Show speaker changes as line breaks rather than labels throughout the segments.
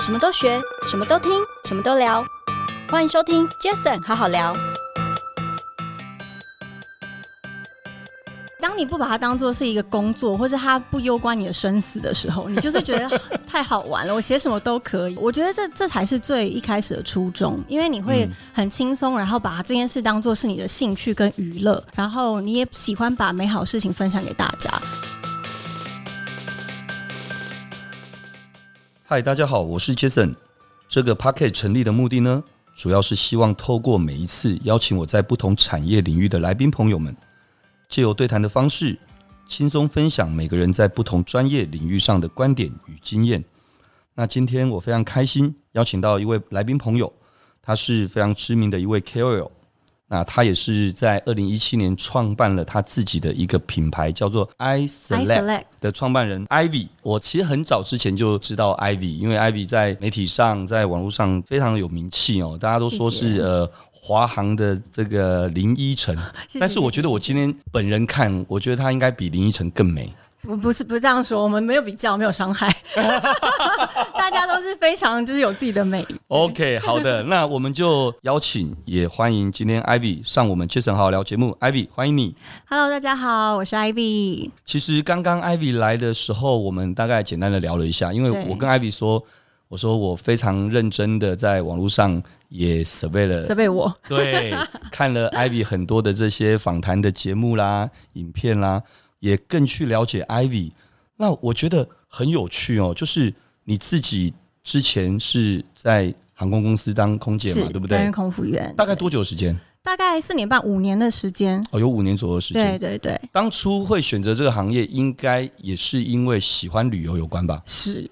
什么都学，什么都听，什么都聊。欢迎收听 Jason 好好聊。
当你不把它当做是一个工作，或是它不攸关你的生死的时候，你就是觉得太好玩了，我写什么都可以。我觉得这这才是最一开始的初衷，因为你会
嗯
很轻松，然后把这件事当做是你的兴趣跟娱乐，然后你也喜欢把美好事情分享给大家。
嗨，大家好，我是 Jason。这个 Pocket 成立的目的呢，主要是希望透过每一次邀请我在不同产业领域的来宾朋友们，借由对谈的方式，轻松分享每个人在不同专业领域上的观点与经验。那今天我非常开心邀请到一位来宾朋友，他是非常知名的一位 KOL。那他也是在二零一七年创办了他自己的一个品牌，叫做
I
I Select。
select
的创办人 Ivy，我其实很早之前就知道 Ivy，因为 Ivy 在媒体上、在网络上非常有名气哦，大家都说
谢
是
谢
呃华航的这个林依晨，
谢谢
但是我觉得我今天本人看，我觉得她应该比林依晨更美。
不不是不是这样说，我们没有比较，没有伤 害，大家都是非常就是有自己的美。
OK，好的，那我们就邀请，也欢迎今天 Ivy 上我们 Jason 好好聊节目，Ivy 欢迎你。
Hello，大家好，我是 Ivy。
其实刚刚 Ivy 来的时候，我们大概简单的聊了一下，因为
对
我跟 Ivy 说，我说我非常认真的在网络上也 survey 了
责备我，
对，看了 Ivy 很多的这些访谈的节目啦、影片啦，也更去了解 Ivy。那我觉得很有趣哦，就是你自己之前是在航空公司当空姐
是
嘛，对不
担
对
任？空服员，
大概多久的时间？
大概四年半五年的时间。
哦，有五年左右的时
对
间。
对对，
当初会选择这个行业，应该也是因为喜欢旅游有关吧？
是嗯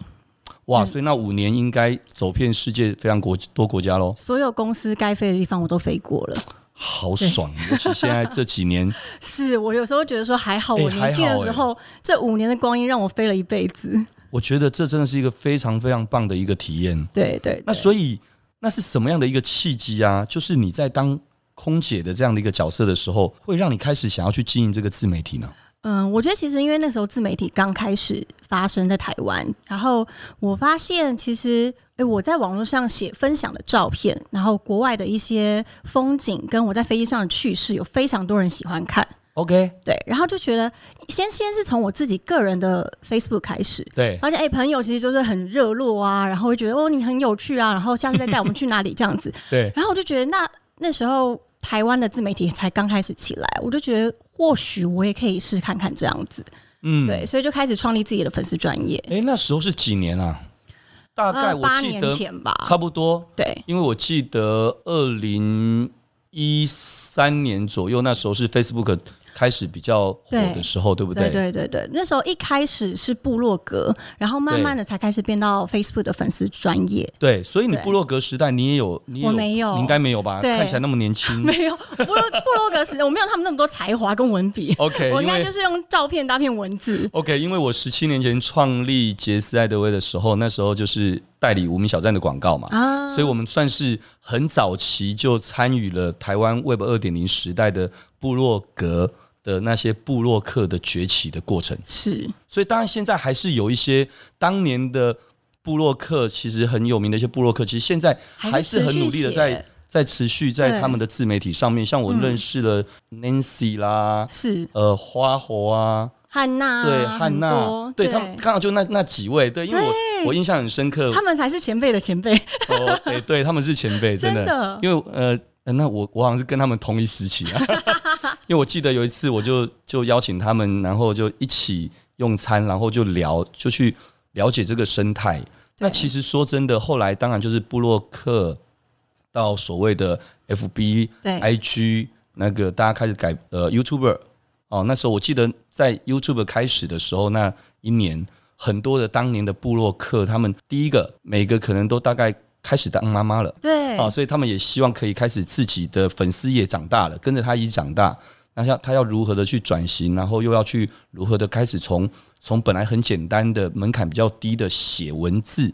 哇，所以那五年应该走遍世界非常国多国家喽，
所有公司该飞的地方我都飞过了。
好爽！尤其现在这几年，
是我有时候觉得说还好，
哎
我年轻的时候、这五年的光阴让我飞了一辈子。
我觉得这真的是一个非常非常棒的一个体验。
对对
那
对，
所以那是什么样的一个契机啊？就是你在当空姐的这样的一个角色的时候，会让你开始想要去经营这个自媒体呢？
嗯，我觉得其实因为那时候自媒体刚开始发生在台湾，然后我发现其实。哎，我在网络上写分享的照片，然后国外的一些风景，跟我在飞机上的趣事，有非常多人喜欢看。
OK，
对，然后就觉得先先是从我自己个人的 Facebook 开始，
对，
而且哎，朋友其实就是很热络啊，然后会觉得哦你很有趣啊，然后下次再带我们去哪里这样 子，
对，
然后我就觉得那那时候台湾的自媒体才刚开始起来，我就觉得或许我也可以试看看这样子，
嗯，
对，所以就开始创立自己的粉丝专业，
哎，那时候是几年啊？大概
呃，
我
八
记
年
得
前吧，
差不多，
对，
因为我记得二零一三年左右，那时候是 Facebook 开始比较火的时候，对不
对对对对，那时候一开始是部落格，然后慢慢的才开始变到 Facebook 的粉丝专业，
对，所以你
对
部落格时代，你也有，你也
我没有
你应该没有吧？
对
看起来那么年轻。
没有部落部落格时，我没有他们那么多才华跟文笔。
OK，
我
因
应该
为
就是用照片搭配文字，
OK，因为我十七年前创立杰斯艾德威的时候，那时候就是代理无名小站的广告嘛，
啊
所以我们算是很早期就参与了台湾 Web 二点零时代的部落格的那些部落客的崛起的过程。
是
所以当然现在还是有一些当年的部落客，其实很有名的一些部落客，其实现在还是很努力的在。在持续在
对
他们的自媒体上面，像我认识了 Nancy 啦，
是
呃，花猴啊，
汉娜啊，
对汉
很
娜
多，
对
对
他们刚好就那那几位，对，因为我
对
我印象很深刻，
他们才是前辈的前辈，
哦，对对，他们是前 辈，真
真
的，
的。
因为呃，呃那我我好像是跟他们同一时期啊， 因为我记得有一次我就就邀请他们，然后就一起用餐，然后就聊，就去了解这个生态。那其实说真的，后来当然就是布洛克到所谓的 FB、
对
IG 那个大家开始改呃 YouTuber 哦，那时候我记得在 YouTuber 开始的时候那一年，很多的当年的布洛克，他们第一个每个可能都大概开始当妈妈了。
对
啊，所以他们也希望可以开始自己的粉丝也长大了，跟着他一起长大。那像他要如何的去转型，然后又要去如何的开始从从本来很简单的门槛比较低的写文字，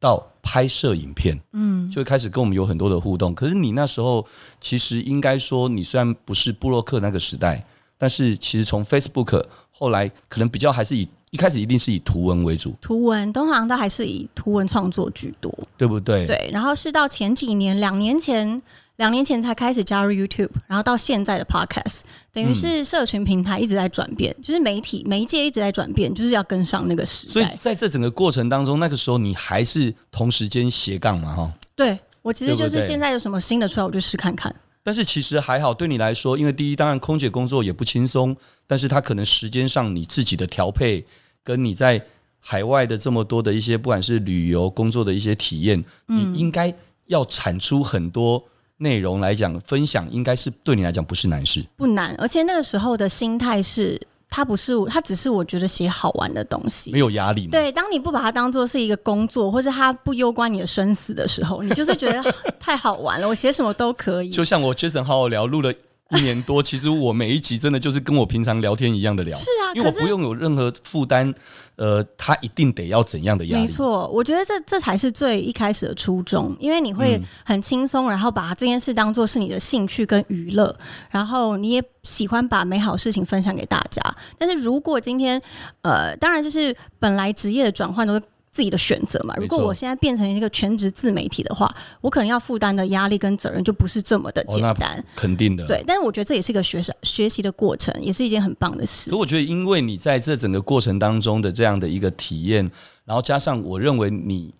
到拍摄影片，嗯，就会开始跟我们有很多的互动。可是你那时候其实应该说，你虽然不是布洛克那个时代，但是其实从 Facebook 后来可能比较还是以一开始一定是以图文为主，
图文通常都还是以图文创作居多，
对不对？
对。然后是到前几年，两年前，两年前才开始加入 YouTube，然后到现在的 Podcast，等于
嗯
是社群平台一直在转变，就是媒体媒介一直在转变，就是要跟上那个时
所以
代。
在这整个过程当中，那个时候你还是同时间斜杠嘛，哈。
对我其实就
对
是
不对
现在有什么新的出来，我就试看看。
但是其实还好，对你来说，因为第一，当然空姐工作也不轻松，但是她可能时间上你自己的调配，跟你在海外的这么多的一些，不管是旅游工作的一些体验，
嗯
你应该要产出很多内容来讲分享，应该是对你来讲不是难事。
不难，而且那个时候的心态是，它不是我，它只是我觉得写好玩的东
没
西。
有压力嘛？
对，当你不把它当做是一个工作，或是它不攸关你的生死的时候，你就是觉得 太好玩了，我写什么都可以。
就像我 Jason 好好聊录了一年多，其实我每一集真的就是跟我平常聊天一样的聊，
是啊，
因为
可
我不
是
用有任何负担，呃，他一定得要怎样的压
没
力？
错，我觉得这这才是最一开始的初衷，因为你
嗯
会很轻松，然后把这件事当做是你的兴趣跟娱乐，然后你也喜欢把美好事情分享给大家。但是如果今天，呃，当然就是本来职业的转换都是。自己的选择嘛。
没
如
错
果我现在变成一个全职自媒体的话，我可能要负担的压力跟责任就不是这么的
哦
简
那
单。
肯定的。
对，但是我觉得这也是一个学习学习的过程，也是一件很棒的事
可。我觉得，因为你在这整个过程当中的这样的一个体验，然后加上我认为你，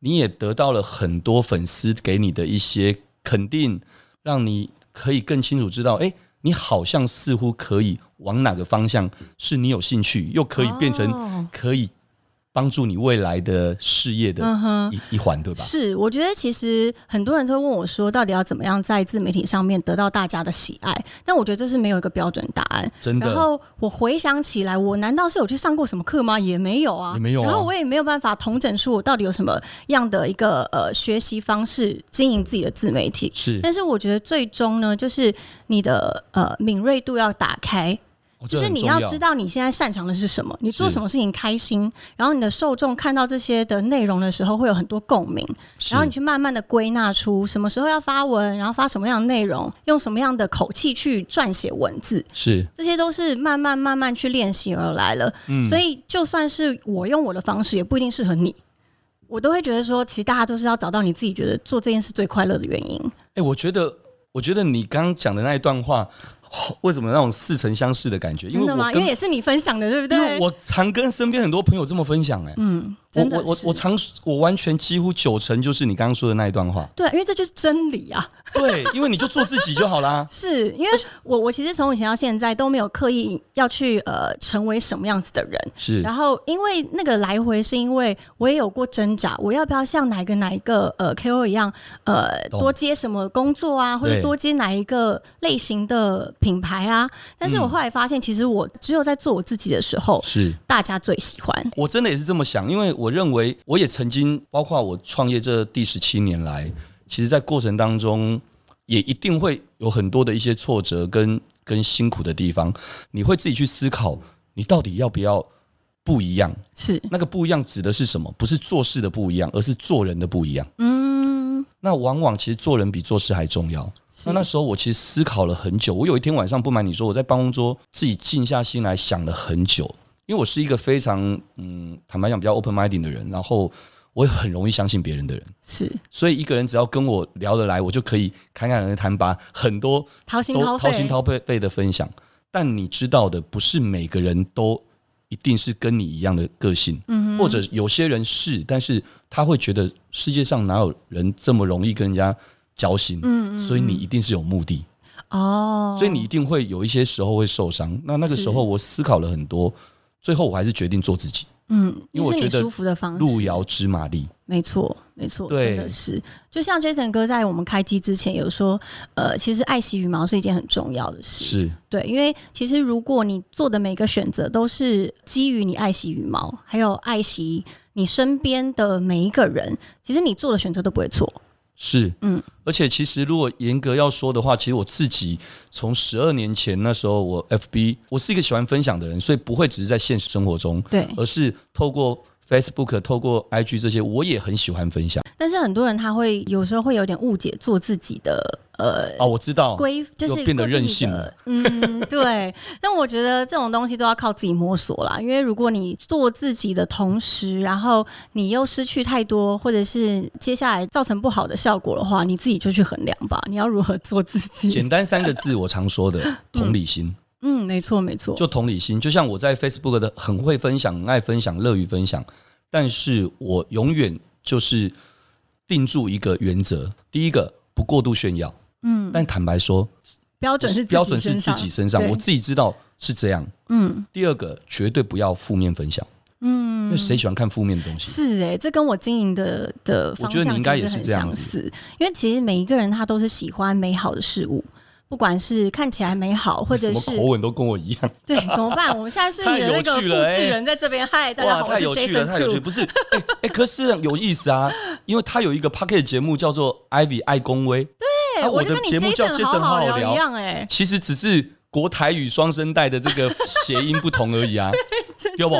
你也得到了很多粉丝给你的一些肯定，让你可以更清楚知道，哎，你好像似乎可以往哪个方向是你有兴趣，又可以变成
哦
可以帮助你未来的事业的
嗯哼，
一、一环，对吧？
是，我觉得其实很多人都会问我说，到底要怎么样在自媒体上面得到大家的喜爱？但我觉得这是没有一个标准答案。
真
然
的，
后我回想起来，我难道是有去上过什么课吗？也没有啊，
也没有啊
然后我也没有办法统整出我到底有什么样的一个呃学习方式经营自己的自媒体。
是
但是我觉得最终呢，就是你的呃敏锐度要打开，
哦
就
这
是
很
你
重
要知道你现在擅长的是什么，你做
是
什么事情开心，然后你的受众看到这些的内容的时候会有很多共鸣，
是
然后你去慢慢的归纳出什么时候要发文，然后发什么样的内容，用什么样的口气去撰写文字，
是
这些都是慢慢慢慢去练习而来了。
嗯
所以就算是我用我的方式，也不一定适合你。我都会觉得说，其实大家都是要找到你自己觉得做这件事最快乐的原因。
哎、我觉得，我觉得你刚刚讲的那一段话，哦为什么那种似曾相识的感觉？因
真
为
的
我
吗？因
跟
为也是你分享的，对不
因为
对？
我常跟身边很多朋友这么分享、哎、
嗯，
我
真的
我我
是
我常我完全几乎九成就是你刚刚说的那一
，
段话
对，因为这就是真理啊。
对，因为你就做自己就好啦。
是因为我我其实从以前到现在都没有刻意要去呃成为什么样子的人，
是
然后因为那个来回是因为我也有过挣扎，我要不要像哪一个哪一个呃 KO 一样呃
懂
多接什么工作啊，或者
对
多接哪一个类型的品牌啊？但
嗯
是我后来发现，其实我只有在做我自己的时候，
是，
大家最喜欢。
我真的也是这么想，因为我认为我也曾经，包括我创业这第十七年来，其实在过程当中也一定会有很多的一些挫折跟跟辛苦的地方，你会自己去思考，你到底要不要不一样。
是，
那个不一样指的是什么？不是做事的不一样，而是做人的不一样。
嗯，
那往往其实做人比做事还重要。
是
那那时候我其实思考了很久，我有一天晚上不瞒你说，我在办公桌自己静下心来想了很久，因为我是一个非常嗯，坦白讲比较 open minded 的人，然后我也很容易相信别人的人，
是
所以一个人只要跟我聊得来，我就可以侃侃而谈，把很多
掏心
都
掏肺，
掏心掏肺肺的分享。但你知道的，不是每个人都一定是跟你一样的个性，嗯、或者有些人是，但是他会觉得世界上哪有人这么容易跟人家交心，嗯所以你一定是有目的，
哦，
所以你一定会有一些时候会受伤。那那个时候我思考了很多，最后我还是决定做自己，
嗯，
因
这
为我
是
觉
你
得
舒服的方式，
路遥知马力，
没错，没错，
对
真的是，就像 Jason 哥在我们开机之前有说，呃，其实爱惜羽毛是一件很重要的事，
是
对，因为其实如果你做的每个选择都是基于你爱惜羽毛，还有爱惜你身边的每一个人，其实你做的选择都不会错，
是，
嗯，
而且其实如果严格要说的话，其实我自己从十二年前那时候，我 FB 我是一个喜欢分享的人，所以不会只是在现实生活中，
对。
而是透过 Facebook、透过 IG 这些，我也很喜欢分享。
但是很多人他会有时候会有点误解做自己的呃
啊，我知道，
规就是
又变得
过自己
任性
的
了。
嗯，对。但我觉得这种东西都要靠自己摸索啦，因为如果你做自己的同时，然后你又失去太多，或者是接下来造成不好的效果的话，你自己就去衡量吧，你要如何做自己。
简单三个字，我常说的同理心，
嗯，没错，没错。
就同理心。就像我在 Facebook 的很会分享、很爱分享、乐于分享，但是我永远就是定住一个原则：第一个，不过度炫耀。嗯，但坦白说，
标准是
标准是自
身
己身上，
对
我自己知道是这样。
嗯
第二个，绝对不要负面分享。嗯，因为谁喜欢看负面的东西？
是哎、这跟我经营的的
我
方
觉得你
向
应该
其
也
实
是
很
这样
相
子
似，因为其实每一个人他都是喜欢美好的事物。不管是看起来美好，或
什
者
么
是
口吻都跟我一样，
对，怎么办？我们现在是你的那个
太有
复
趣了欸
制人在这边，嗨，大家好，我
太
是
有趣了，
Jason
太有趣了！
Two。
不是，哎、哎可是有意思啊，因为他有一个 p o c k e t 节目叫做《Ivy 爱公威》，
对，
啊
我
我
就
的
跟你
节目叫
Jason
Jason
好
好好
聊
聊
一样哎，
其实只是国台语双声带的这个谐音不同而 已啊，对不？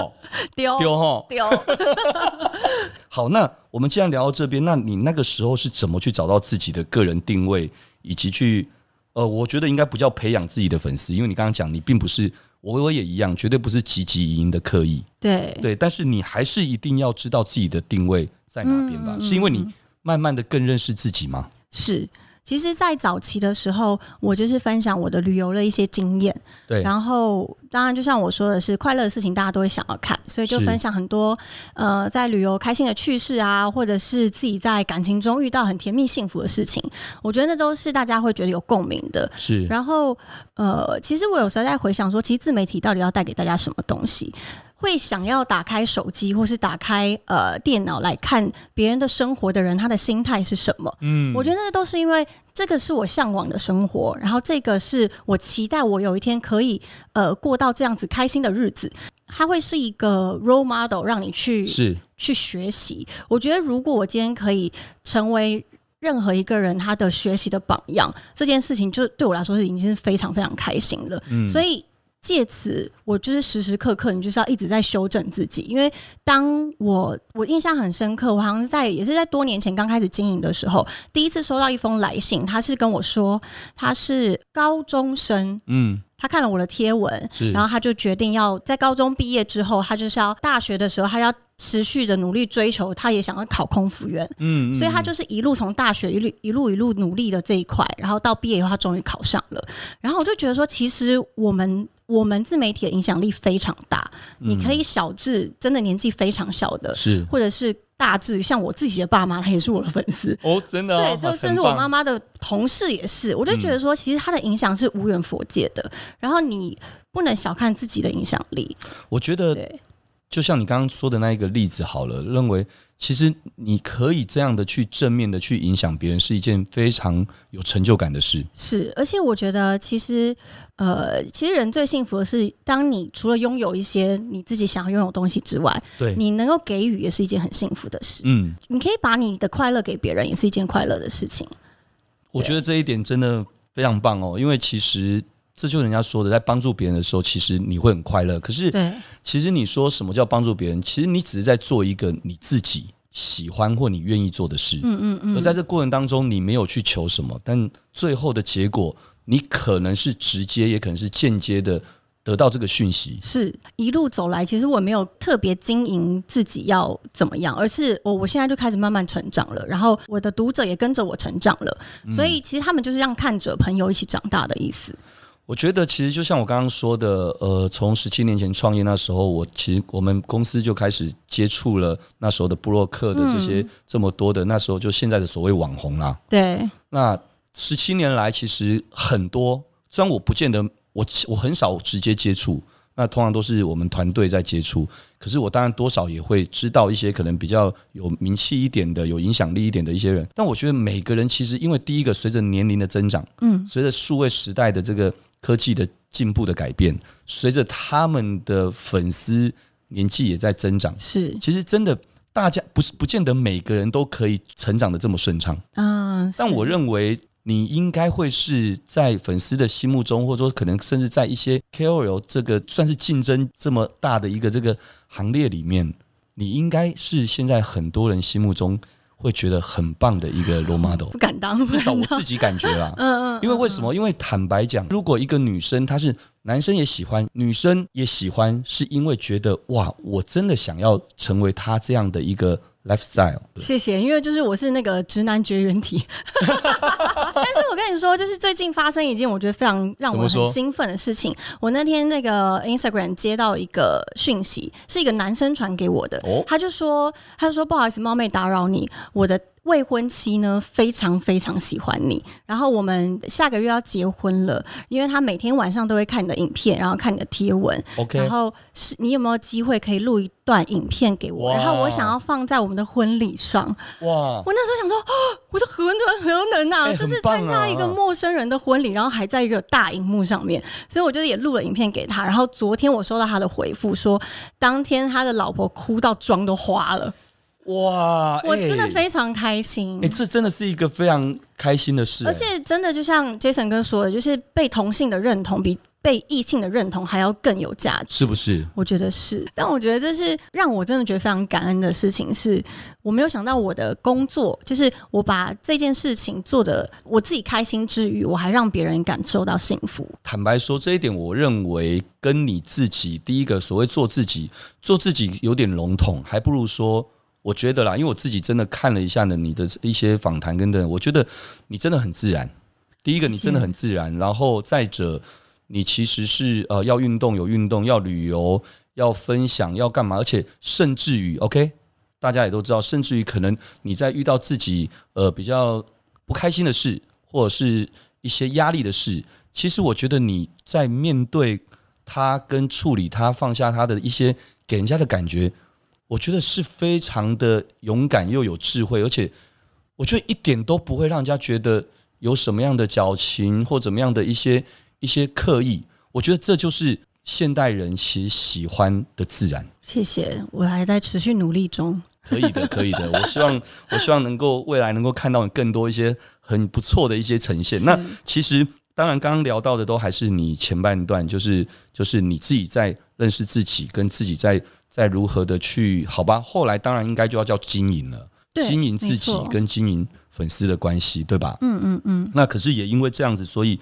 丢
对吼。
丢。
好，那我们既然聊到这边，那你那个时候是怎么去找到自己的个人定位，以及去呃，我觉得应该不叫培养自己的粉丝，因为你刚刚讲你并不是，我我也一样，绝对不是汲汲营营的刻意，
对
对，但是你还是一定要知道自己的定位在哪边
嗯
吧，是因为你慢慢的更认识自己吗？
是。其实，在早期的时候，我就是分享我的旅游的一些经验，
对，
然后当然就像我说的是，快乐的事情大家都会想要看，所以就是分享很多呃在旅游开心的趣事啊，或者是自己在感情中遇到很甜蜜幸福的事情，我觉得那都是大家会觉得有共鸣的。
是
然后，呃，其实我有时候在回想说，其实自媒体到底要带给大家什么东西？会想要打开手机或是打开呃电脑来看别人的生活的人，他的心态是什么？嗯，我觉得那都是因为这个是我向往的生活，然后这个是我期待我有一天可以呃过到这样子开心的日子。它会是一个 role model，让你去
是
去学习。我觉得如果我今天可以成为任何一个人他的学习的榜样，这件事情就对我来说是已经是非常非常开心了。
嗯
所以。借此，我就是时时刻刻，你就是要一直在修正自己。因为当我我印象很深刻，我好像是在也是在多年前刚开始经营的时候，第一次收到一封来信，他是跟我说他是高中生，
嗯
他看了我的贴文，
是，
然后他就决定要在高中毕业之后，他就是要大学的时候，他要持续的努力追求，他也想要考空服员，
嗯
所以他就是一路从大学一路一路一路努力的这一块，然后到毕业以后，他终于考上了。然后我就觉得说，其实我们。我们自媒体的影响力非常大，
嗯
你可以小至真的年纪非常小的，
是
或者是大至像我自己的爸妈，他也是我的粉 丝，
哦，真的、
对，
哦，
就
很
甚至我
棒嗯
妈妈的同事也是，我就觉得说，其实它的影响是无远佛界的。然后你不能小看自己的影响力，
我觉得
对，
就像你刚刚说的那一个例子好了，认为其实你可以这样的去正面的去影响别人，是一件非常有成就感的事。
是。而且我觉得，其实呃，其实人最幸福的是，当你除了拥有一些你自己想要拥有的东西之外，
对，
你能够给予也是一件很幸福的事。
嗯，
你可以把你的快乐给别人，也是一件快乐的事情。
我觉得这一点真的非常棒哦，因为其实这就是人家说的，在帮助别人的时候，其实你会很快乐。可是，
对，
其实你说什么叫帮助别人，其实你只是在做一个你自己喜欢或你愿意做的事。
嗯嗯嗯，
而在这过程当中，你没有去求什么，但最后的结果，你可能是直接，也可能是间接的得到这个讯息。
是一路走来，其实我也没有特别经营自己要怎么样，而是我我现在就开始慢慢成长了，然后我的读者也跟着我成长了，
嗯
所以其实他们就是让看者朋友一起长大的意思。
我觉得其实就像我刚刚说的，呃，从十七年前创业那时候，我其实我们公司就开始接触了那时候的布洛克的这些、
嗯
这么多的，那时候就现在的所谓网红啦。
对，
那十七年来，其实很多，虽然我不见得我我很少直接接触，那通常都是我们团队在接触，可是我当然多少也会知道一些可能比较有名气一点的、有影响力一点的一些人。但我觉得每个人其实，因为第一个随着年龄的增长，
嗯，
随着数位时代的这个科技的进步的改变，随着他们的粉丝年纪也在增长，
是，
其实真的。大家不是不见得每个人都可以成长的这么顺畅，
嗯，
但
是
我认为你应该会是在粉丝的心目中，或者说可能甚至在一些 KOL 这个算是竞争这么大的一个这个行列里面，你应该是现在很多人心目中会觉得很棒的一个 role model
不。敢当，
至少我
真的
自己感觉 啦，
嗯嗯，
因为为什么？因为坦白讲，如果一个女生她是男生也喜欢，女生也喜欢，是因为觉得哇，我真的想要成为她这样的一个 lifestyle。
谢谢，因为就是我是那个直男绝缘体， 但是我跟你说，就是最近发生一件我觉得非常让我
怎么
很
说
兴奋的事情。我那天那个 Instagram 接到一个讯息，是一个男生传给我的，
哦
他就说，他就说不好意思，冒昧打扰你，我的。未婚妻呢，非常非常喜欢你。然后我们下个月要结婚了，因为他每天晚上都会看你的影片，然后看你的贴文，然
OK，
后是你有没有机会可以录一段影片给我？
哇
然后我想要放在我们的婚礼上。
哇，
我那时候想说，啊我说何能何能啊，
哎
就是
很棒啊
参加一个陌生人的婚礼，然后还在一个大荧幕上面，所以我就也录了影片给他。然后昨天我收到他的回复说，当天他的老婆哭到妆都花了，
哇，
我真的
哎
非常开心。
哎、这真的是一个非常开心的事、
而且真的就像 Jason 哥说的，就是被同性的认同比被异性的认同还要更有价值。
是不是？
我觉得是，但我觉得这是让我真的觉得非常感恩的事情是，我没有想到我的工作，就是我把这件事情做的我自己开心之余，我还让别人感受到幸福。
坦白说，这一点我认为跟你自己第一个所谓做自己，做自己有点笼统，还不如说，我觉得啦，因为我自己真的看了一下呢你的一些访谈跟等，我觉得你真的很自然。第一个，你真的很自然，然后再者，你其实是呃要运动有运动，要旅游要分享要干嘛，而且甚至于 OK，大家也都知道，甚至于可能你在遇到自己呃比较不开心的事，或者是一些压力的事，其实我觉得你在面对他跟处理他放下他的一些给人家的感觉，我觉得是非常的勇敢又有智慧，而且我觉得一点都不会让人家觉得有什么样的矫情或怎么样的一些一些刻意。我觉得这就是现代人其实喜欢的自然。
谢谢，我还在持续努力中。
可以 的，可以的。我希望，我希望能够未来能够看到你更多一些很不错的一些呈现。那其实，当然刚刚聊到的都还是你前半段，就是就是你自己在认识自己，跟自己在在如何的去好吧。后来当然应该就要叫经营了，
对
经营自己
没错
跟经营粉丝的关系，对吧？
嗯嗯嗯，
那可是也因为这样子，所以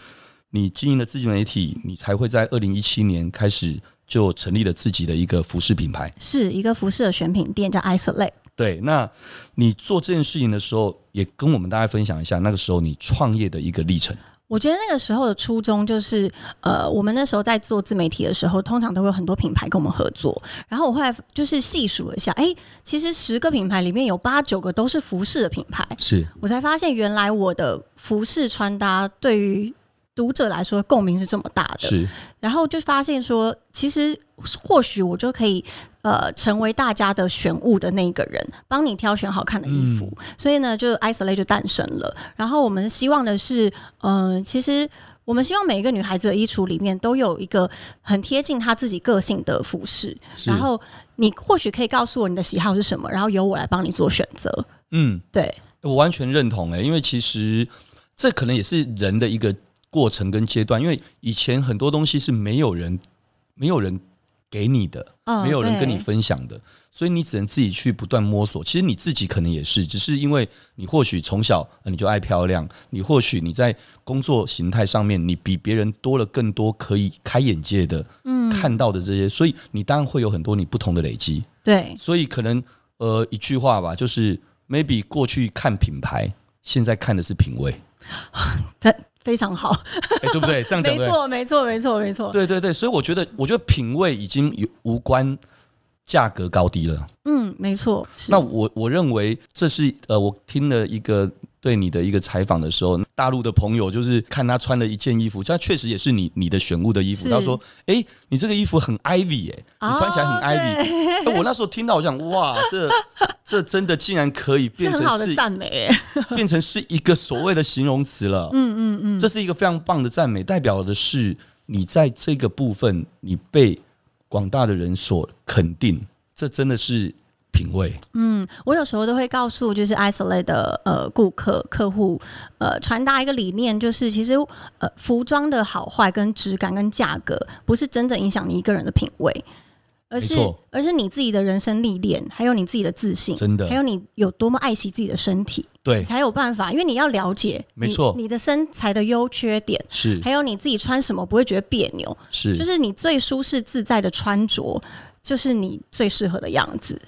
你经营了自己媒体，你才会在二零一七年开始就成立了自己的一个服饰品牌。
是一个服饰的选品店叫 Isolate。
对，那你做这件事情的时候，也跟我们大家分享一下那个时候你创业的一个历程。
我觉得那个时候的初衷就是，呃，我们那时候在做自媒体的时候，通常都会有很多品牌跟我们合作。然后我后来就是细数了一下，诶，其实十个品牌里面有八九个都是服饰的品牌，
是
我才发现原来我的服饰穿搭对于读者来说共鸣是这么大的。
是，
然后就发现说，其实或许我就可以呃成为大家的选物的那个人，帮你挑选好看的衣服。
嗯
所以呢，就 isolate 就诞生了。然后我们希望的是，呃，其实。我们希望每一个女孩子的衣橱里面都有一个很贴近她自己个性的服饰，
是
然后你或许可以告诉我你的喜好是什么，然后由我来帮你做选择。
嗯，
对，
我完全认同诶、欸因为其实这可能也是人的一个过程跟阶段，因为以前很多东西是没有人没有人给你的，
嗯
没有人跟
对
你分享的，所以你只能自己去不断摸索。其实你自己可能也是，只是因为你或许从小呃你就爱漂亮，你或许你在工作形态上面你比别人多了更多可以开眼界的，嗯，看到的这些，所以你当然会有很多你不同的累积。
对，
所以可能呃一句话吧，就是 maybe 过去看品牌，现在看的是品味，
这非常好，
哎、对不对？这样讲
没
对不
错，没错，没错，没错。
对？对对对，所以我觉得，我觉得品味已经有无关价格高低了。
嗯，没错。是
那我我认为这是呃，我听了一个对你的一个采访的时候，大陆的朋友就是看他穿了一件衣服，他确实也是你你的选物的衣服。
是
他说：“哎、你这个衣服很 ivy 哎、你穿起来很
哦
ivy。哎我那时候听到，我想哇，这这真的竟然可以
是
变成
很好
是
的赞美，
变成是一个所谓的形容词了。嗯嗯嗯，这是一个非常棒的赞美，代表的是你在这个部分你被广大的人所肯定，这真的是品味。
我有时候都会告诉就是 isolate 的呃顾客客户呃传达一个理念，就是其实呃服装的好坏跟质感跟价格不是真正影响你一个人的品味。而是
没错
而是你自己的人生历练，还有你自己的自信，
真的
还有你有多么爱惜自己的身体，
对
你，才有办法，因为你要了解你，
没错
你的身材的优缺点，
是
还有你自己穿什么不会觉得别扭，
是，
就是你最舒适自在的穿着，就是你最适合的样子。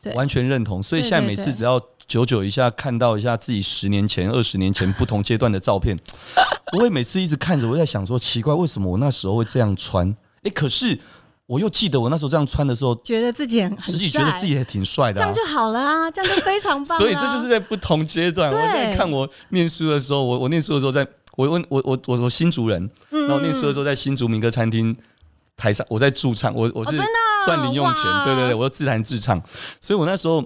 对
完全认同。所以
对
现在
对
每次
对
只要久久一下看到一下自己十年前、二十年前 不同阶段的照片，我会每次一直看着，我在想说，奇怪，为什么我那时候会这样穿？诶，可是我又记得我那时候这样穿的时候，
觉得自己很很
自己觉得
帅
自己还挺帅
这
的、啊
样。就好了啊，这样就非常棒、啊。
所以这就是在不同阶段。我
对
在看我念书的时候，我我念书的时候在，我问我我我我新竹人，
嗯
然后念书的时候在新竹民歌餐厅台上，我在驻唱，我我是
真的啊
赚零用钱，
哇
对对对，我又自弹自唱，所以我那时候。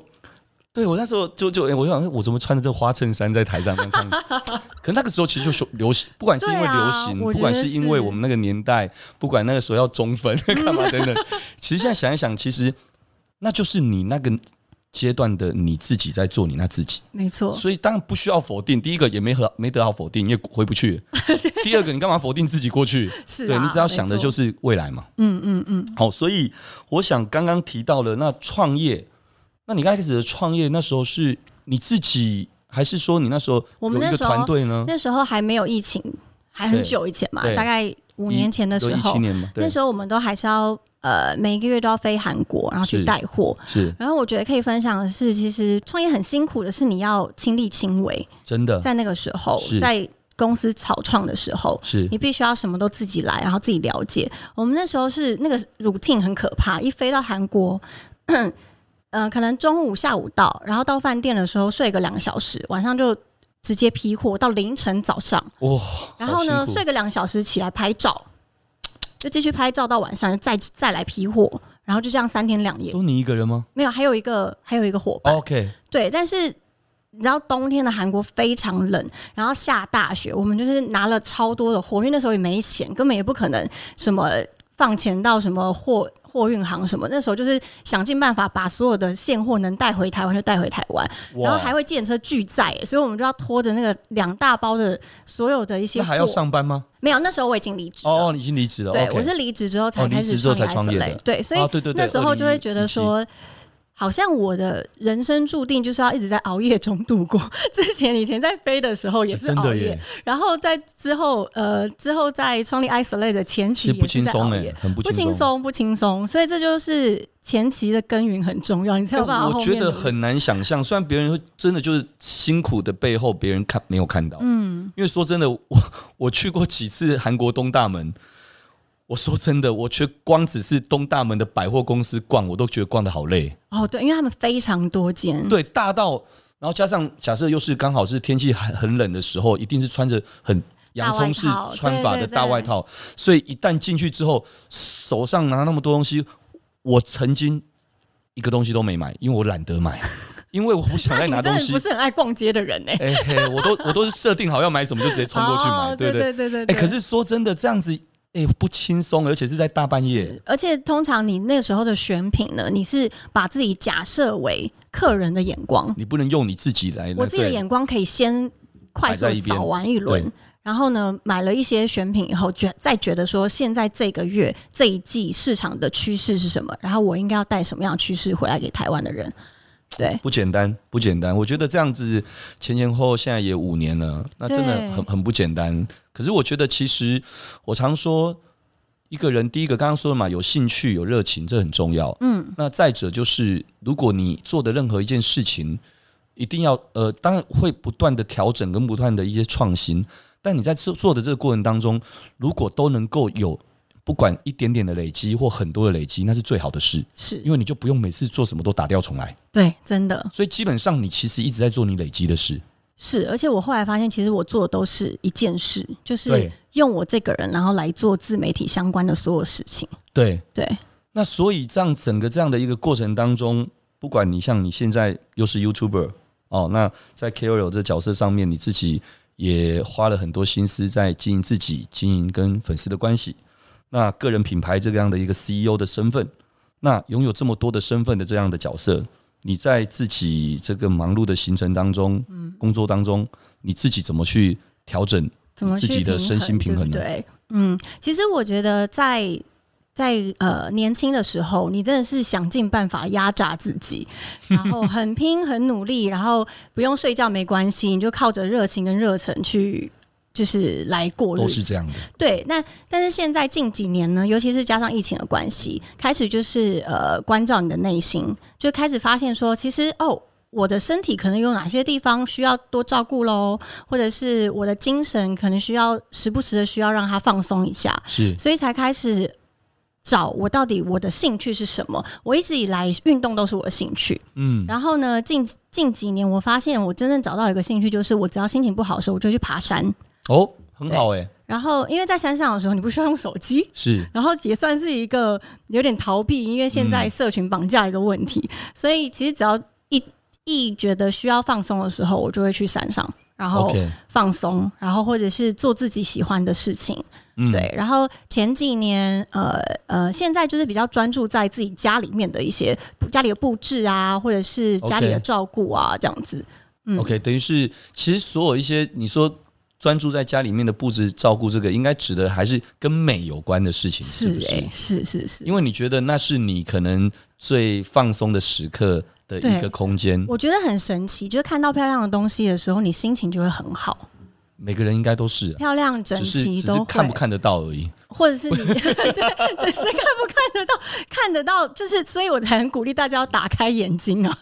对我那时候就就、诶我就想，我怎么穿着这花衬衫在台上这样唱？ 可那个时候其实就是流行，不管是因为
对啊
流行，
我
不
觉得
管是因为
是
我们那个年代，不管那个时候要中分 干嘛等等，其实现在想一想，其实那就是你那个阶段的你自己在做你那自己，
没错，
所以当然不需要否定。第一个也没和没得好否定，因为回 不去。第二个，你干嘛否定自己过去？
是、啊、
对你只要想的就是是未来嘛。
嗯嗯嗯，
好，所以我想刚刚提到了那创业，那你刚开始的创业那时候是你自己，还是说你那时候
我
有
们
一
那
个
时候
团队呢？
那时候还没有疫情，还很
对
久以前嘛，
对
大概五年前的时
一
候
七，年嘛，对
那，时候我们都还是要呃每一个月都要飞韩国，然后
是
去带货。
是
然后我觉得可以分享的是，其实创业很辛苦的是你要亲力亲为，
真的，
在那个时候
嗯是，
在公司草创的时候，
是
你必须要什么都自己来，然后自己了解。我们那时候是那个 routine 很可怕，一飞到韩国。 呃，可能中午、下午到，然后到饭店的时候睡个两个小时，晚上就直接批货到凌晨、早上，
哇、
然后
好
呢
辛苦
睡个两个小时起来拍照，就继续拍照到晚上，再再来批货，然后就这样三天两夜。
都你一个人吗
没有，还有一个还有一个伙伴，
？OK，
对，但是你知道冬天的韩国非常冷，然后下大雪，我们就是拿了超多的货，因为那时候也没钱，根本也不可能什么放钱到什么货货运行什么，那时候就是想尽办法把所有的现货能带回台湾就带回台湾，然后还
会
会建车拒载，所以我们就要拖着那个两大包的所有的一些
那
货，
还要上班吗？
没有，那时候我已经离职了。
哦，你已经离职了，
对
OK
我是离职之后才
哦离
开
职
始
之后
创
才
业
创业的
isolate，对，所以
啊对对对
那时候就会觉得说，好像我的人生注定就是要一直在熬夜中度过。 之前以前在飞的时候也是
哎真
熬
的
夜
耶，，
然后在之后呃之后在创立 isolate 的前期
其实不
也是
轻
在
松
熬
哎、
夜，
很不
不轻
轻。
松不轻松，所以这就是前期的耕耘很重要，你才有办法
哎
后
我觉
面
得
努力
很难想象，虽然别人会真的就是辛苦的背后，别人看没有看到。嗯，因为说真的，我我去过几次韩国东大门，我说真的，我去光只是东大门的百货公司逛，我都觉得逛的好累。
哦对，因为他们非常多间，
对，大到然后加上假设又是刚好是天气很很冷的时候，一定是穿着很洋葱式
大外套
穿法
对
的
对
大外套，所以一旦进去之后，手上拿那么多东西，我曾经一个东西都没买，因为我懒得买，因为我不想
啊
再
你
拿
真
东
的
西
不。是很爱逛街的人呢、
哎、嘿我都我都是设定好要买什么就直接冲过去买，
哦
对不
对对对
哎、
对。
可是说真的，这样子哎、不轻松，而且是在大半夜，
而且通常你那个时候的选品呢，你是把自己假设为客人的眼光，
你不能用你自己来。
我自己的
嗯对
眼光可以先快速
摆在
地
一边
扫完一
对
轮。然后呢，买了一些选品以后，觉再觉得说现在这个月这一季市场的趋势是什么，然后我应该要带什么样的趋势回来给台湾的人。对，
不简单，不简单。我觉得这样子前前后后现在也五年了，那真的
对
很很不简单。可是我觉得，其实我常说，一个人第一个刚刚说的嘛，有兴趣、有热情，这很重要。嗯，那再者就是，如果你做的任何一件事情，一定要呃，当然会不断的调整跟不断的一些创新，但你在做做的这个过程当中，如果都能够有。不管一点点的累积或很多的累积，那是最好的事，
是
因为你就不用每次做什么都打掉重来。
对，真的
所以基本上你其实一直在做你累积的事，
是。而且我后来发现，其实我做的都是一件事，就是
对
用我这个人，然后来做自媒体相关的所有事情。
对。
对，
那所以这样整个这样的一个过程当中，不管你像你现在又是 YouTuber 哦，那在 KOL 这角色上面，你自己也花了很多心思在经营自己、经营跟粉丝的关系。那个人品牌这样的一个 CEO 的身份，那拥有这么多的身份的这样的角色，你在自己这个忙碌的行程当中、工作当中，你自己怎么去调整？
怎么
自
去
己的
平
身心平
对
衡呢
不对？嗯，其实我觉得在在呃年轻的时候，你真的是想尽办法压榨自 己，然后很拼很努力，然后不用睡觉没关系，你就靠着热情跟热忱去。就是来过日
都
子
是这样的。
对，那但是现在近几年呢，尤其是加上疫情的关系，开始就是呃关照你的内心，就开始发现说，其实哦。我的身体可能有哪些地方需要多照顾喽，或者是我的精神可能需要时不时的需要让它放松一下，
是
所以才开始找我到底我的兴趣是什么。我一直以来运动都是我的兴趣，
嗯，
然后呢，近近几年我发现我真正找到一个兴趣，就是我只要心情不好的时候，我就去爬山。
哦，很好哎、
然后因为在山上的时候，你不需要用手机，
是
然后也算是一个有点逃避，因为现在社群绑架一个问题，所以其实只要一一觉得需要放松的时候，我就会去山上，然后
OK，
放松，然后或者是做自己喜欢的事情。
嗯，
对，然后前几年，呃呃，现在就是比较专注在自己家里面的一些家里的布置啊，或者是家里的
OK
照顾啊这样子。嗯
OK，等于是其实所有一些你说专注在家里面的布置照顾这个，应该指的还是跟美有关的事情，是
是
不是？
哎、是是是。
因为你觉得那是你可能最放松的时刻的一
对
个空间，
我觉得很神奇，就是看到漂亮的东西的时候，你心情就会很好。
每个人应该都是、啊，
漂亮、整
只是
齐
只
都
是
会，
看不看得到而已。
或者是 你对，只是看不看得到，看得到就是，所以我才很鼓励大家要打开眼睛 啊。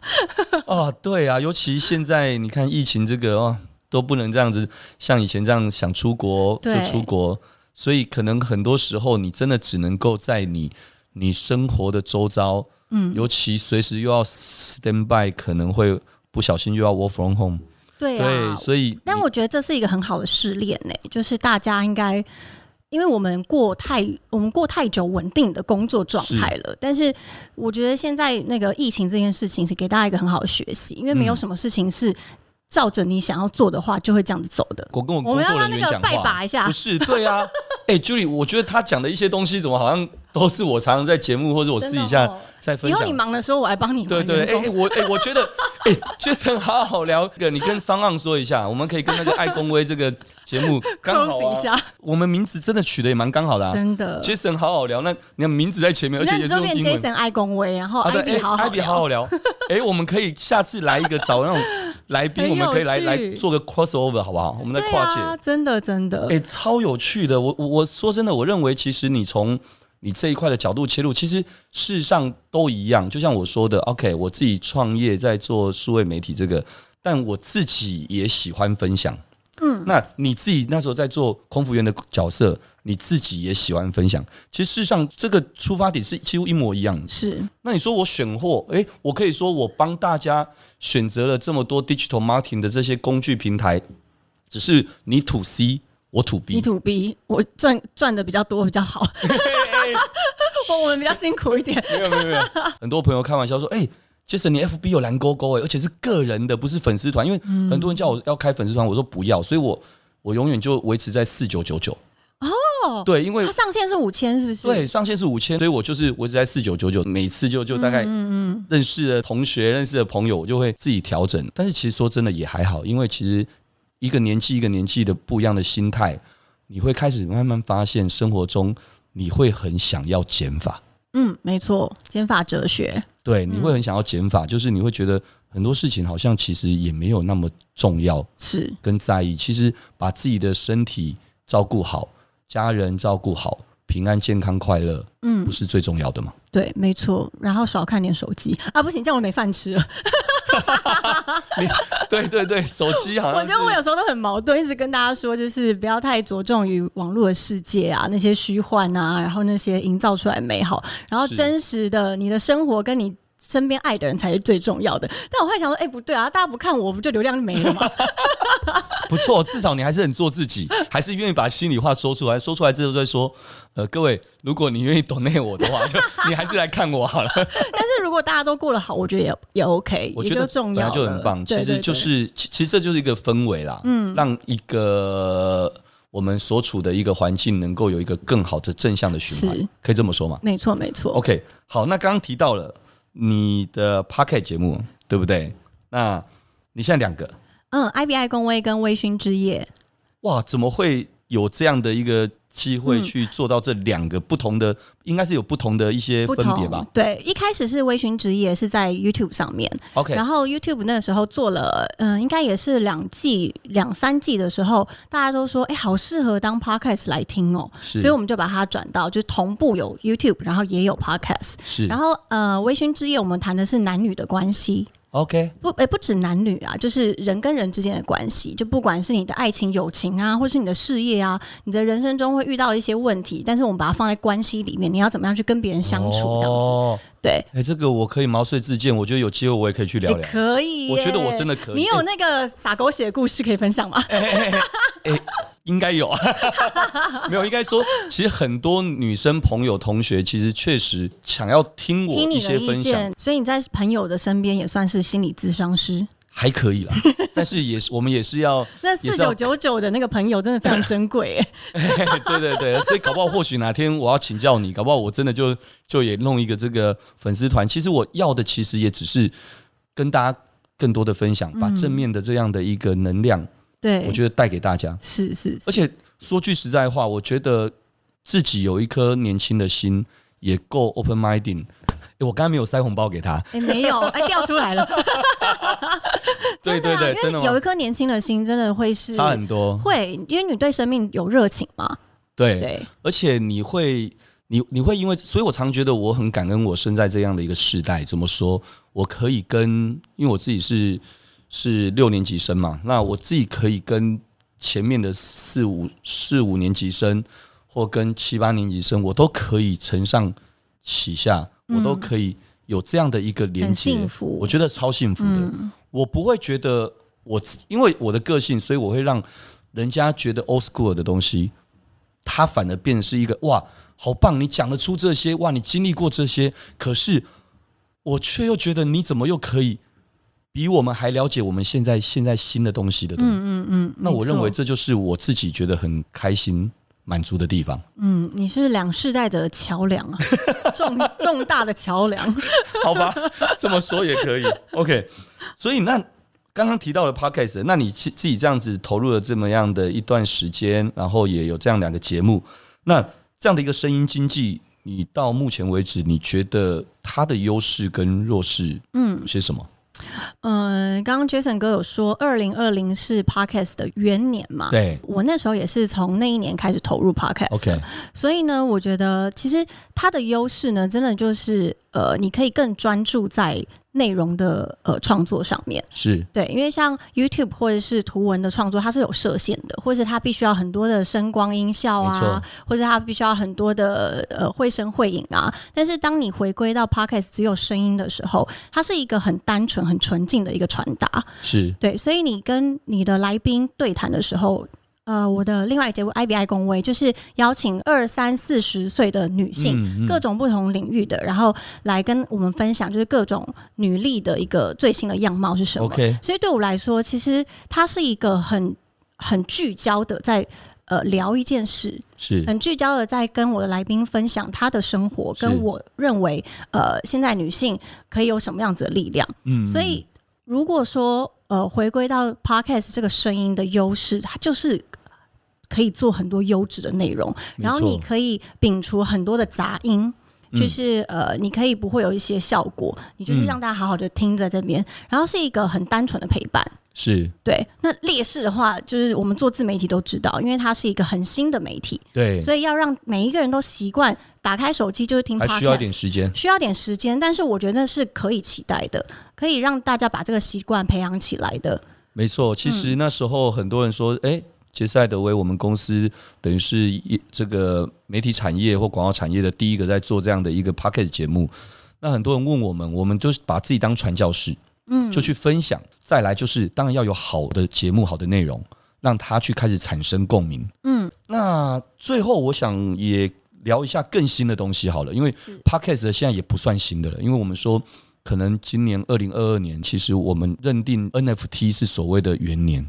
哦，对啊，尤其现在你看疫情这个哦，都不能这样子，像以前这样想出国就
对
出国，所以可能很多时候你真的只能够在你你生活的周遭，嗯，尤其随时又要 stand by，可能会不小心又要 work from home，
对啊，
所以
但
你
我觉得这是一个很好的试炼呢、就是大家应该，因为我们过太我们过太久稳定的工作状态了，但是我觉得现在那个疫情这件事情是给大家一个很好的学习，因为
嗯
没有什么事情是照着你想要做的话就会这样子走的。
我跟我
我
工
们要
作
不要
人
那
员
个
讲
拜
话，
把一下
不？是对啊，哎、j u l i e 我觉得他讲的一些东西，怎么好像都是我常常在节目或者我私
真
底
的
下
哦
在分
以
享
后你忙的时候，我来帮你还
对
员工。
对，哎、哎我哎、我觉得，哎、杰 j a s o n 好好聊个，你跟商浪说一下，我们可以跟那个爱公威这个 节目刚好、
close
啊、
一，下，
我们名字真的取得也蛮刚好的、啊。
真的。
Jason 好好聊，那你看名字在前面，而
那
且
你
也是
就
用
变
英文。
Jason 爱公威，然后
啊，
艾
对，
比好好
艾比好
聊。
好聊。 哎、我们可以下次来一个找那种来宾，
很
我们可以来
有趣
来做个 crossover 好不好？我们再
对
跨界。
啊，真的真的
哎、，超有趣的。我我我说真的，我认为其实你从你这一块的角度切入，其实事实上都一样。就像我说的，OK，我自己创业在做数位媒体这个，但我自己也喜欢分享。嗯，那你自己那时候在做空服员的角色，你自己也喜欢分享。其实事实上，这个出发点是几乎一模一样的。
是
那你说我选货，诶，我可以说我帮大家选择了这么多 digital marketing 的这些工具平台，只是你 to C，我 to B，
B to B，我赚赚的比较多比较 好， 我我们比较辛苦一点。
没有没有没有， 很多朋友开玩笑说，哎、杰森，你 FB 有蓝勾勾哎、而且是个人的，不是粉丝团，因为很多人叫我要开粉丝团，我说不要，所以我我永远就维持在四九九九。哦，对，因为
它上限是五千，是不是？
对，上限是五千，所以我就是维持在四九九九，每次就就大概认识的同学、认识的朋友，我就会自己调整。但是其实说真的也还好，因为其实一个年纪一个年纪的不一样的心态，你会开始慢慢发现生活中你会很想要减法，
嗯，没错，减法哲学。
对，你会很想要减法，就是你会觉得很多事情好像其实也没有那么重要
是
跟在意，其实把自己的身体照顾好，家人照顾好，平安健康快乐，嗯，不是最重要的吗？
对，没错。然后少看点手机啊，不行，这样我没饭吃了。
对对对，手机好
我
像是
觉得我有时候都很矛盾，一直跟大家说，就是不要太着重于网络的世界啊，那些虚幻啊，然后那些营造出来美好，然后
是
真实的你的生活跟你。身边爱的人才是最重要的，但我会想说，哎、不对啊，大家不看我，不就流量没了 吗？
不错，至少你还是很做自己，还是愿意把心里话说出来。说出来之后再说，呃，各位，如果你愿意 donate 我的话，就你还是来看 我好了。
但是如果大家都过得好，我觉得也也 OK，
我
也
觉
就
得
重
本
要
来
了，
就很棒，
对
其实就，
对对
是其其实这就是一个氛围啦，嗯，让一个我们所处的一个环境能够有一个更好的正向的循环
是，
可以这么说吗
没错没错。
？OK，好，那刚刚提到了你的 Pocket 节目，对不对？那你现在两个，
嗯，I B I 公威跟微醺之夜，
哇，怎么会有这样的一个机会
嗯
去做到这两个不同的，应该是有不同的一些
不
分别
同
吧。
对，一开始是微醺职业是在 YouTube 上面，
？OK，
然后 YouTube 那时候做了，嗯、应该也是两季、两三季的时候，大家都说，哎、好适合当 podcast 来听哦，
是，
所以我们就把它转到就是同步有 YouTube，然后也有 podcast。
是，
然后呃，微醺之夜我们谈的是男女的关系，
OK，
不，诶、不止男女啊，就是人跟人之间的关系，就不管是你的爱情、友情啊，或是你的事业啊，你的人生中会遇到一些问题，但是我们把它放在关系里面，你要怎么样去跟别人相处，这样子，
哦，
对，
哎、这个我可以毛遂自荐，我觉得有机会我也可以去聊
也、
聊。
可以耶，
我觉得我真的可以哎
你有那个撒狗血的故事可以分享吗？
应该有， 没有？应该说，其实很多女生朋友、同学，其实确实想要听我
听
一
你的
些
意
分享，
见，所以你在朋友的身边也算是心理咨商师。
还可以啦。但是也是，我们也是要，
那
也
四
是要啊
九九九的那个朋友真的非常珍贵耶，
对对对，所以搞不好或许哪天我要请教你，搞不好我真的就就也弄一个这个粉丝团。其实我要的其实也只是跟大家更多的分享，把正面的这样的一个能量，
嗯对，
我觉得带给大家。
是是 是
而，且说句实在话，我觉得自己有一颗年轻的心，也够 open minded。诶我刚刚没有塞红包给 他，
哎、没有，哎、掉出来了，
对对对，
啊
真
因
的
为有一
吗？
颗年轻的心，真的会是
差很多，
会，因为你对生命有热情嘛，
对，
对，
而且你会，你你会因为，所以我常觉得我很感恩我生在这样的一个时代。怎么说？我可以跟，因为我自己是是六年级生嘛，那我自己可以跟前面的四五四五年级生，或跟七八年级生，我都可以承上启下，我都可以有这样的一个连
嗯很
接，
幸福嗯
我觉得超幸福的。我不会觉得我自因为我的个性，所以我会让人家觉得 old school 的东西，它反而变是一个哇，好棒！你讲得出这些，哇，你经历过这些，可是我却又觉得你怎么又可以比我们还了解我们现在现在新的东西的东西？
嗯嗯，
那我
没
认为
错，
这就是我自己觉得很开心、满足的地方。
嗯，你是两世代的桥梁啊，重重大的桥梁，
好吧，这么说也可以。OK，所以那刚刚提到了 Podcast，那你自自己这样子投入了这么样的一段时间，然后也有这样两个节目，那这样的一个声音经济，你到目前为止，你觉得它的优势跟弱势，嗯，些什么？
嗯，刚刚 Jason 哥有说，二零二零是 Podcast 的元年嘛？
对
我那时候也是从那一年开始投入 Podcast 的。
，OK，
所以呢，我觉得其实它的优势呢，真的就是呃，你可以更专注在内容的呃创作上面。
是
对，因为像 YouTube 或者是图文的创作，它是有设限的，或是它必须要很多的声光音效
没
啊
错，
或者它必须要很多的呃绘声绘影啊。但是当你回归到 Podcast 只有声音的时候，它是一个很单纯、很纯净的一个传达。
是
对，所以你跟你的来宾对谈的时候。呃，我的另外一个节目 IBI 公微就是邀请二三四十岁的女性，
嗯
各种不同领域的，然后来跟我们分享，就是各种女力的一个最新的样貌是什么。
，OK，
所以对我来说，其实它是一个很很聚焦的在。呃，聊一件事，
是
很聚焦的在跟我的来宾分享他的生活，
是
跟我认为，呃，现在女性可以有什么样子的力量。
嗯
所以，如果说呃，回归到 podcast 这个声音的优势，它就是可以做很多优质的内容，
没错嗯
然后你可以摒除很多的杂音。就是呃，你可以不会有一些效果，你就是让大家好好的听在这边，然后是一个很单纯的陪伴。
是
对，那劣势的话，就是我们做自媒体都知道，因为它是一个很新的媒体，
对，
所以要让每一个人都习惯打开手机就是听
还
podcast，
需要一点时间，
需要点时间，但是我觉得是可以期待的，可以让大家把这个习惯培养起来的。
没错，其实那时候很多人说，哎、杰赛德为我们公司等于是一这个媒体产业或广告产业的第一个在做这样的一个 p o c k e t 节目。那很多人问我们，我们就是把自己当传教士，嗯，就去分享。再来就是，当然要有好的节目、好的内容，让他去开始产生共鸣。嗯，那最后我想也聊一下更新的东西好了，因为 podcast 现在也不算新的了，因为我们说可能今年二零二二年，其实我们认定 NFT 是所谓的元年。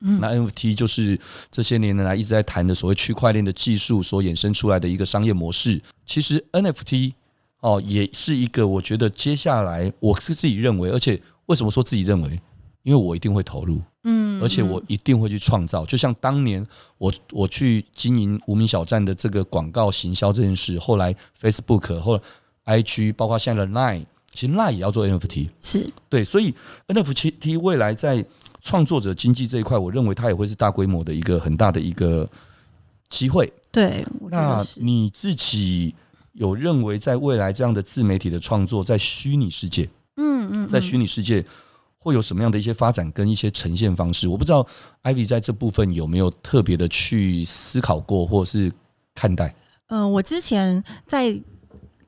那 NFT 就是这些年来一直在谈的所谓区块链的技术所衍生出来的一个商业模式。其实 NFT 哦，也是一个我觉得接下来我是自己认为，而且为什么说自己认为？因为我一定会投入，嗯，而且我一定会去创造。就像当年我我去经营无名小站的这个广告行销这件事，后来 Facebook 后来 IG，包括现在的 Line，其实 Line 也要做 NFT。
是
对，所以 NFT 未来在创作者经济这一块，我认为它也会是大规模的一个很大的一个机会。
对，我觉
那
得是。
你自己有认为在未来这样的自媒体的创作，在虚拟世界，
嗯嗯，
在
嗯
虚拟世界会有什么样的一些发展跟一些呈现方式？我不知道 Ivy 在这部分有没有特别的去思考过，或是看待？
嗯、我之前在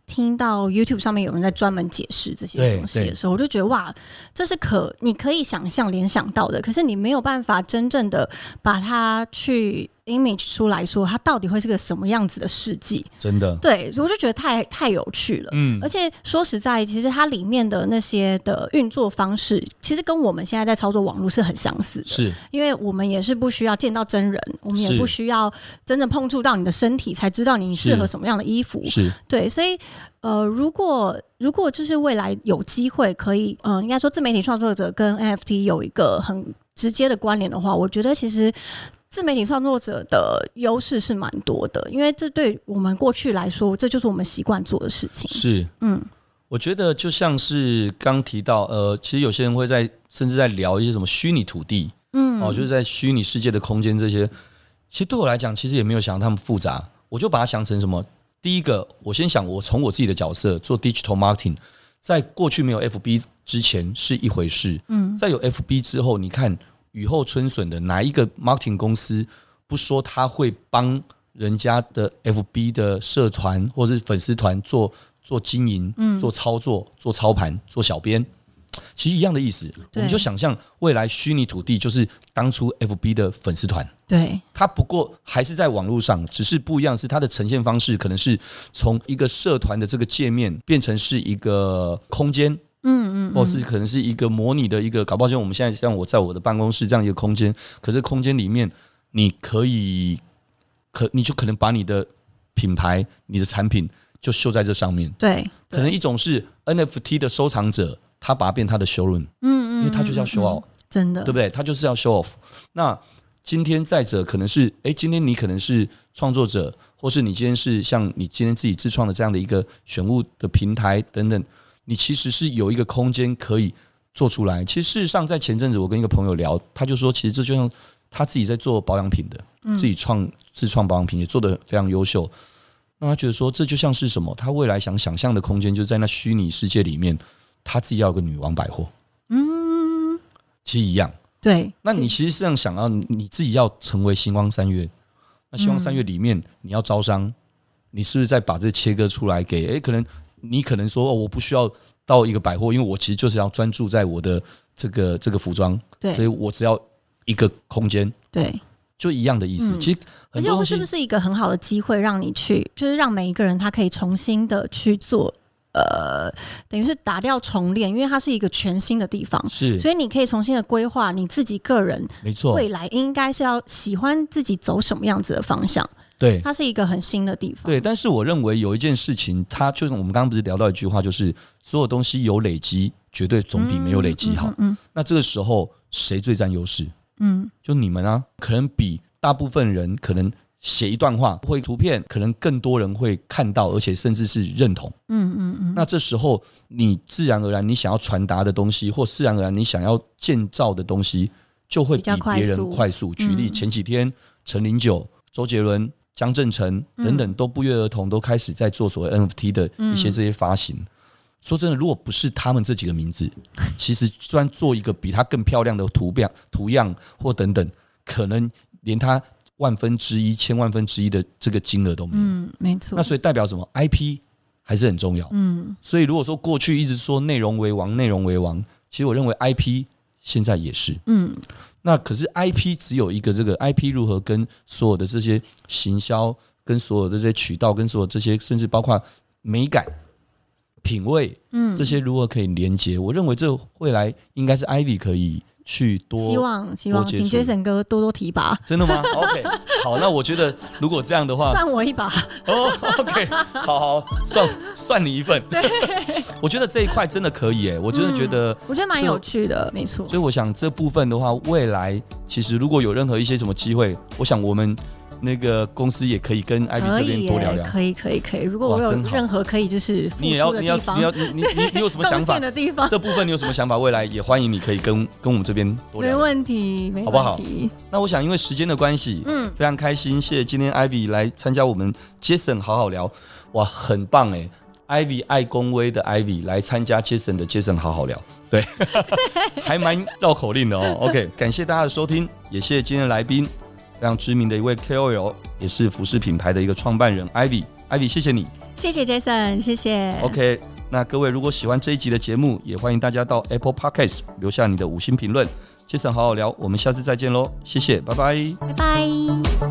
听到 YouTube 上面有人在专门解释这些
对
东西的
对
时候，我就觉得哇，这是可你可以想象联想到的，可是你没有办法真正的把它去 image 出来说，它到底会是个什么样子的世纪？
真的，
对，所以我就觉得太太有趣了。
嗯
而，且说实在，其实它里面的那些的运作方式，其实跟我们现在在操作网络是很相似的。
是
因为我们也是不需要见到真人，我们也
是
不需要真正碰触到你的身体才知道你适合什么样的衣服。
是，
对，所以呃，如果如果就是未来有机会可以，呃，应该说自媒体创作者跟 NFT 有一个很直接的关联的话，我觉得其实。自媒体创作者的优势是蛮多的，因为这对我们过去来说，这就是我们习惯做的事情。
是，
嗯，
我觉得就像是刚提到，呃，其实有些人会在甚至在聊一些什么虚拟土地，
嗯，
哦，就是在虚拟世界的空间这些，其实对我来讲，其实也没有想他们复杂，我就把它想成什么？第一个，我先想我从我自己的角色做 digital marketing，在过去没有 FB 之前是一回事，嗯，在有 FB 之后，你看雨后春笋的哪一个 marketing 公司不说他会帮人家的 FB 的社团或是粉丝团做做经营、做操作、做操盘、做小编？其实一样的意思，我们就想象未来虚拟土地就是当初 FB 的粉丝团，
对，
它不过还是在网络上，只是不一样是它的呈现方式，可能是从一个社团的这个界面变成是一个空间，嗯嗯，或是可能是一个模拟的一个，搞不好像我们现在像我在我的办公室这样一个空间，可是空间里面你可以可你就可能把你的品牌、你的产品就秀在这上面。
对，
可能一种是 NFT 的收藏者，他把它变他的 showroom，
嗯
因
嗯，
为他就是要
嗯
show off，、
真的，
对不对？他就是要 show off。那今天再者可能是，诶，今天你可能是创作者，或是你今天是像你今天自己自创的这样的一个选物的平台等等，你其实是有一个空间可以做出来。其实事实上，在前阵子我跟一个朋友聊，他就说，其实这就像他自己在做保养品的，自己创自创保养品也做得非常优秀。那他觉得说，这就像是什么？他未来想想象的空间，就在那虚拟世界里面，他自己要有个女王百货，
嗯，
其实一样。
对。
那你其实是这样想要你你自己要成为星光三月，那星光三月里面你要招商，你是不是再把这切割出来给？诶，可能你可能说、哦、我不需要到一个百货，因为我其实就是要专注在我的这个这个服装，
对
所以我只要一个空间，
对，
就一样的意思。
嗯
其实
而
很
且
多东
是
西
不是一个很好的机会，让你去，就是让每一个人他可以重新的去做，呃，等于是打掉重练，因为它是一个全新的地方，
是
所以你可以重新的规划你自己个人
没错，
未来应该是要喜欢自己走什么样子的方向，
对
它是一个很新的地方。
对。但是我认为有一件事情，它就是我们刚刚不是聊到一句话，就是所有东西有累积，绝对总比没有累积好。
嗯
那这个时候谁最占优势？
嗯，
就你们啊，可能比大部分人可能写一段话会图片，可能更多人会看到，而且甚至是认同。
嗯嗯嗯
那这时候你自然而然你想要传达的东西，或自然而然你想要建造的东西，就会
比较
比
快
别人
速
快速。举例，
嗯
前几天陈零九、周杰伦、江振成
嗯
等等都不约而同都开始在做所谓 NFT 的一
嗯
些这些发行。说真的，如果不是他们这几个名字，其实就算做一个比他更漂亮的图标、图样或等等，可能连他万分之一、千万分之一的这个金额都没有。
嗯，没错
那。所以代表什么？IP 还是很重要。
嗯，
所以如果说过去一直说内容为王，内容为王，其实我认为 IP 现在也是。
嗯，
那可是 IP 只有一个这个 IP 如何跟所有的这些行销、跟所有的这些渠道、跟所有这些甚至包括美感、品味，嗯，这些如何可以连接？我认为这未来应该是 Ivy 可以去多
希望希望，
多接
请
触
Jason 哥多多提拔，
真的吗 ？OK，好，那我觉得如果这样的话，
算我一把。
哦、o k 好好算算你一份。我觉得这一块真的可以诶、我真的觉得，
我觉得蛮有趣的，没错
所以。我想这部分的话，未来其实如果有任何一些什么机会，我想我们那个公司也可以跟 IB
可
这
以
边多聊聊
耶，。可以，可以，可以。如果我
哇
有
真好
任何可以就是付
你也
出
要，
的
你要，
地
你要，
方，
你你你你有什么想
贡
法
献？的地方，
这部分你有什么想法？未来也欢迎你可以跟跟我们这边多
没
聊聊。
问题，没
好不好
问题。
那我想因为时间的关系，
嗯，
非常开心，谢谢今天 Ivy 来参加我们 Jason 好好聊，哇，很棒哎！Ivy 爱公威的 Ivy 来参加 Jason 的 Jason 好好聊，对，还蛮绕口令的哦。OK，感谢大家的收听，也谢谢今天的来宾，非常知名的一位 KOL，也是服饰品牌的一个创办人 Ivy。Ivy，谢谢你。
谢谢 Jason，谢谢。
OK，那各位如果喜欢这一集的节目，也欢迎大家到 Apple Podcast 留下你的五星评论。Jason 好好聊，我们下次再见喽，谢谢，拜拜。
拜拜。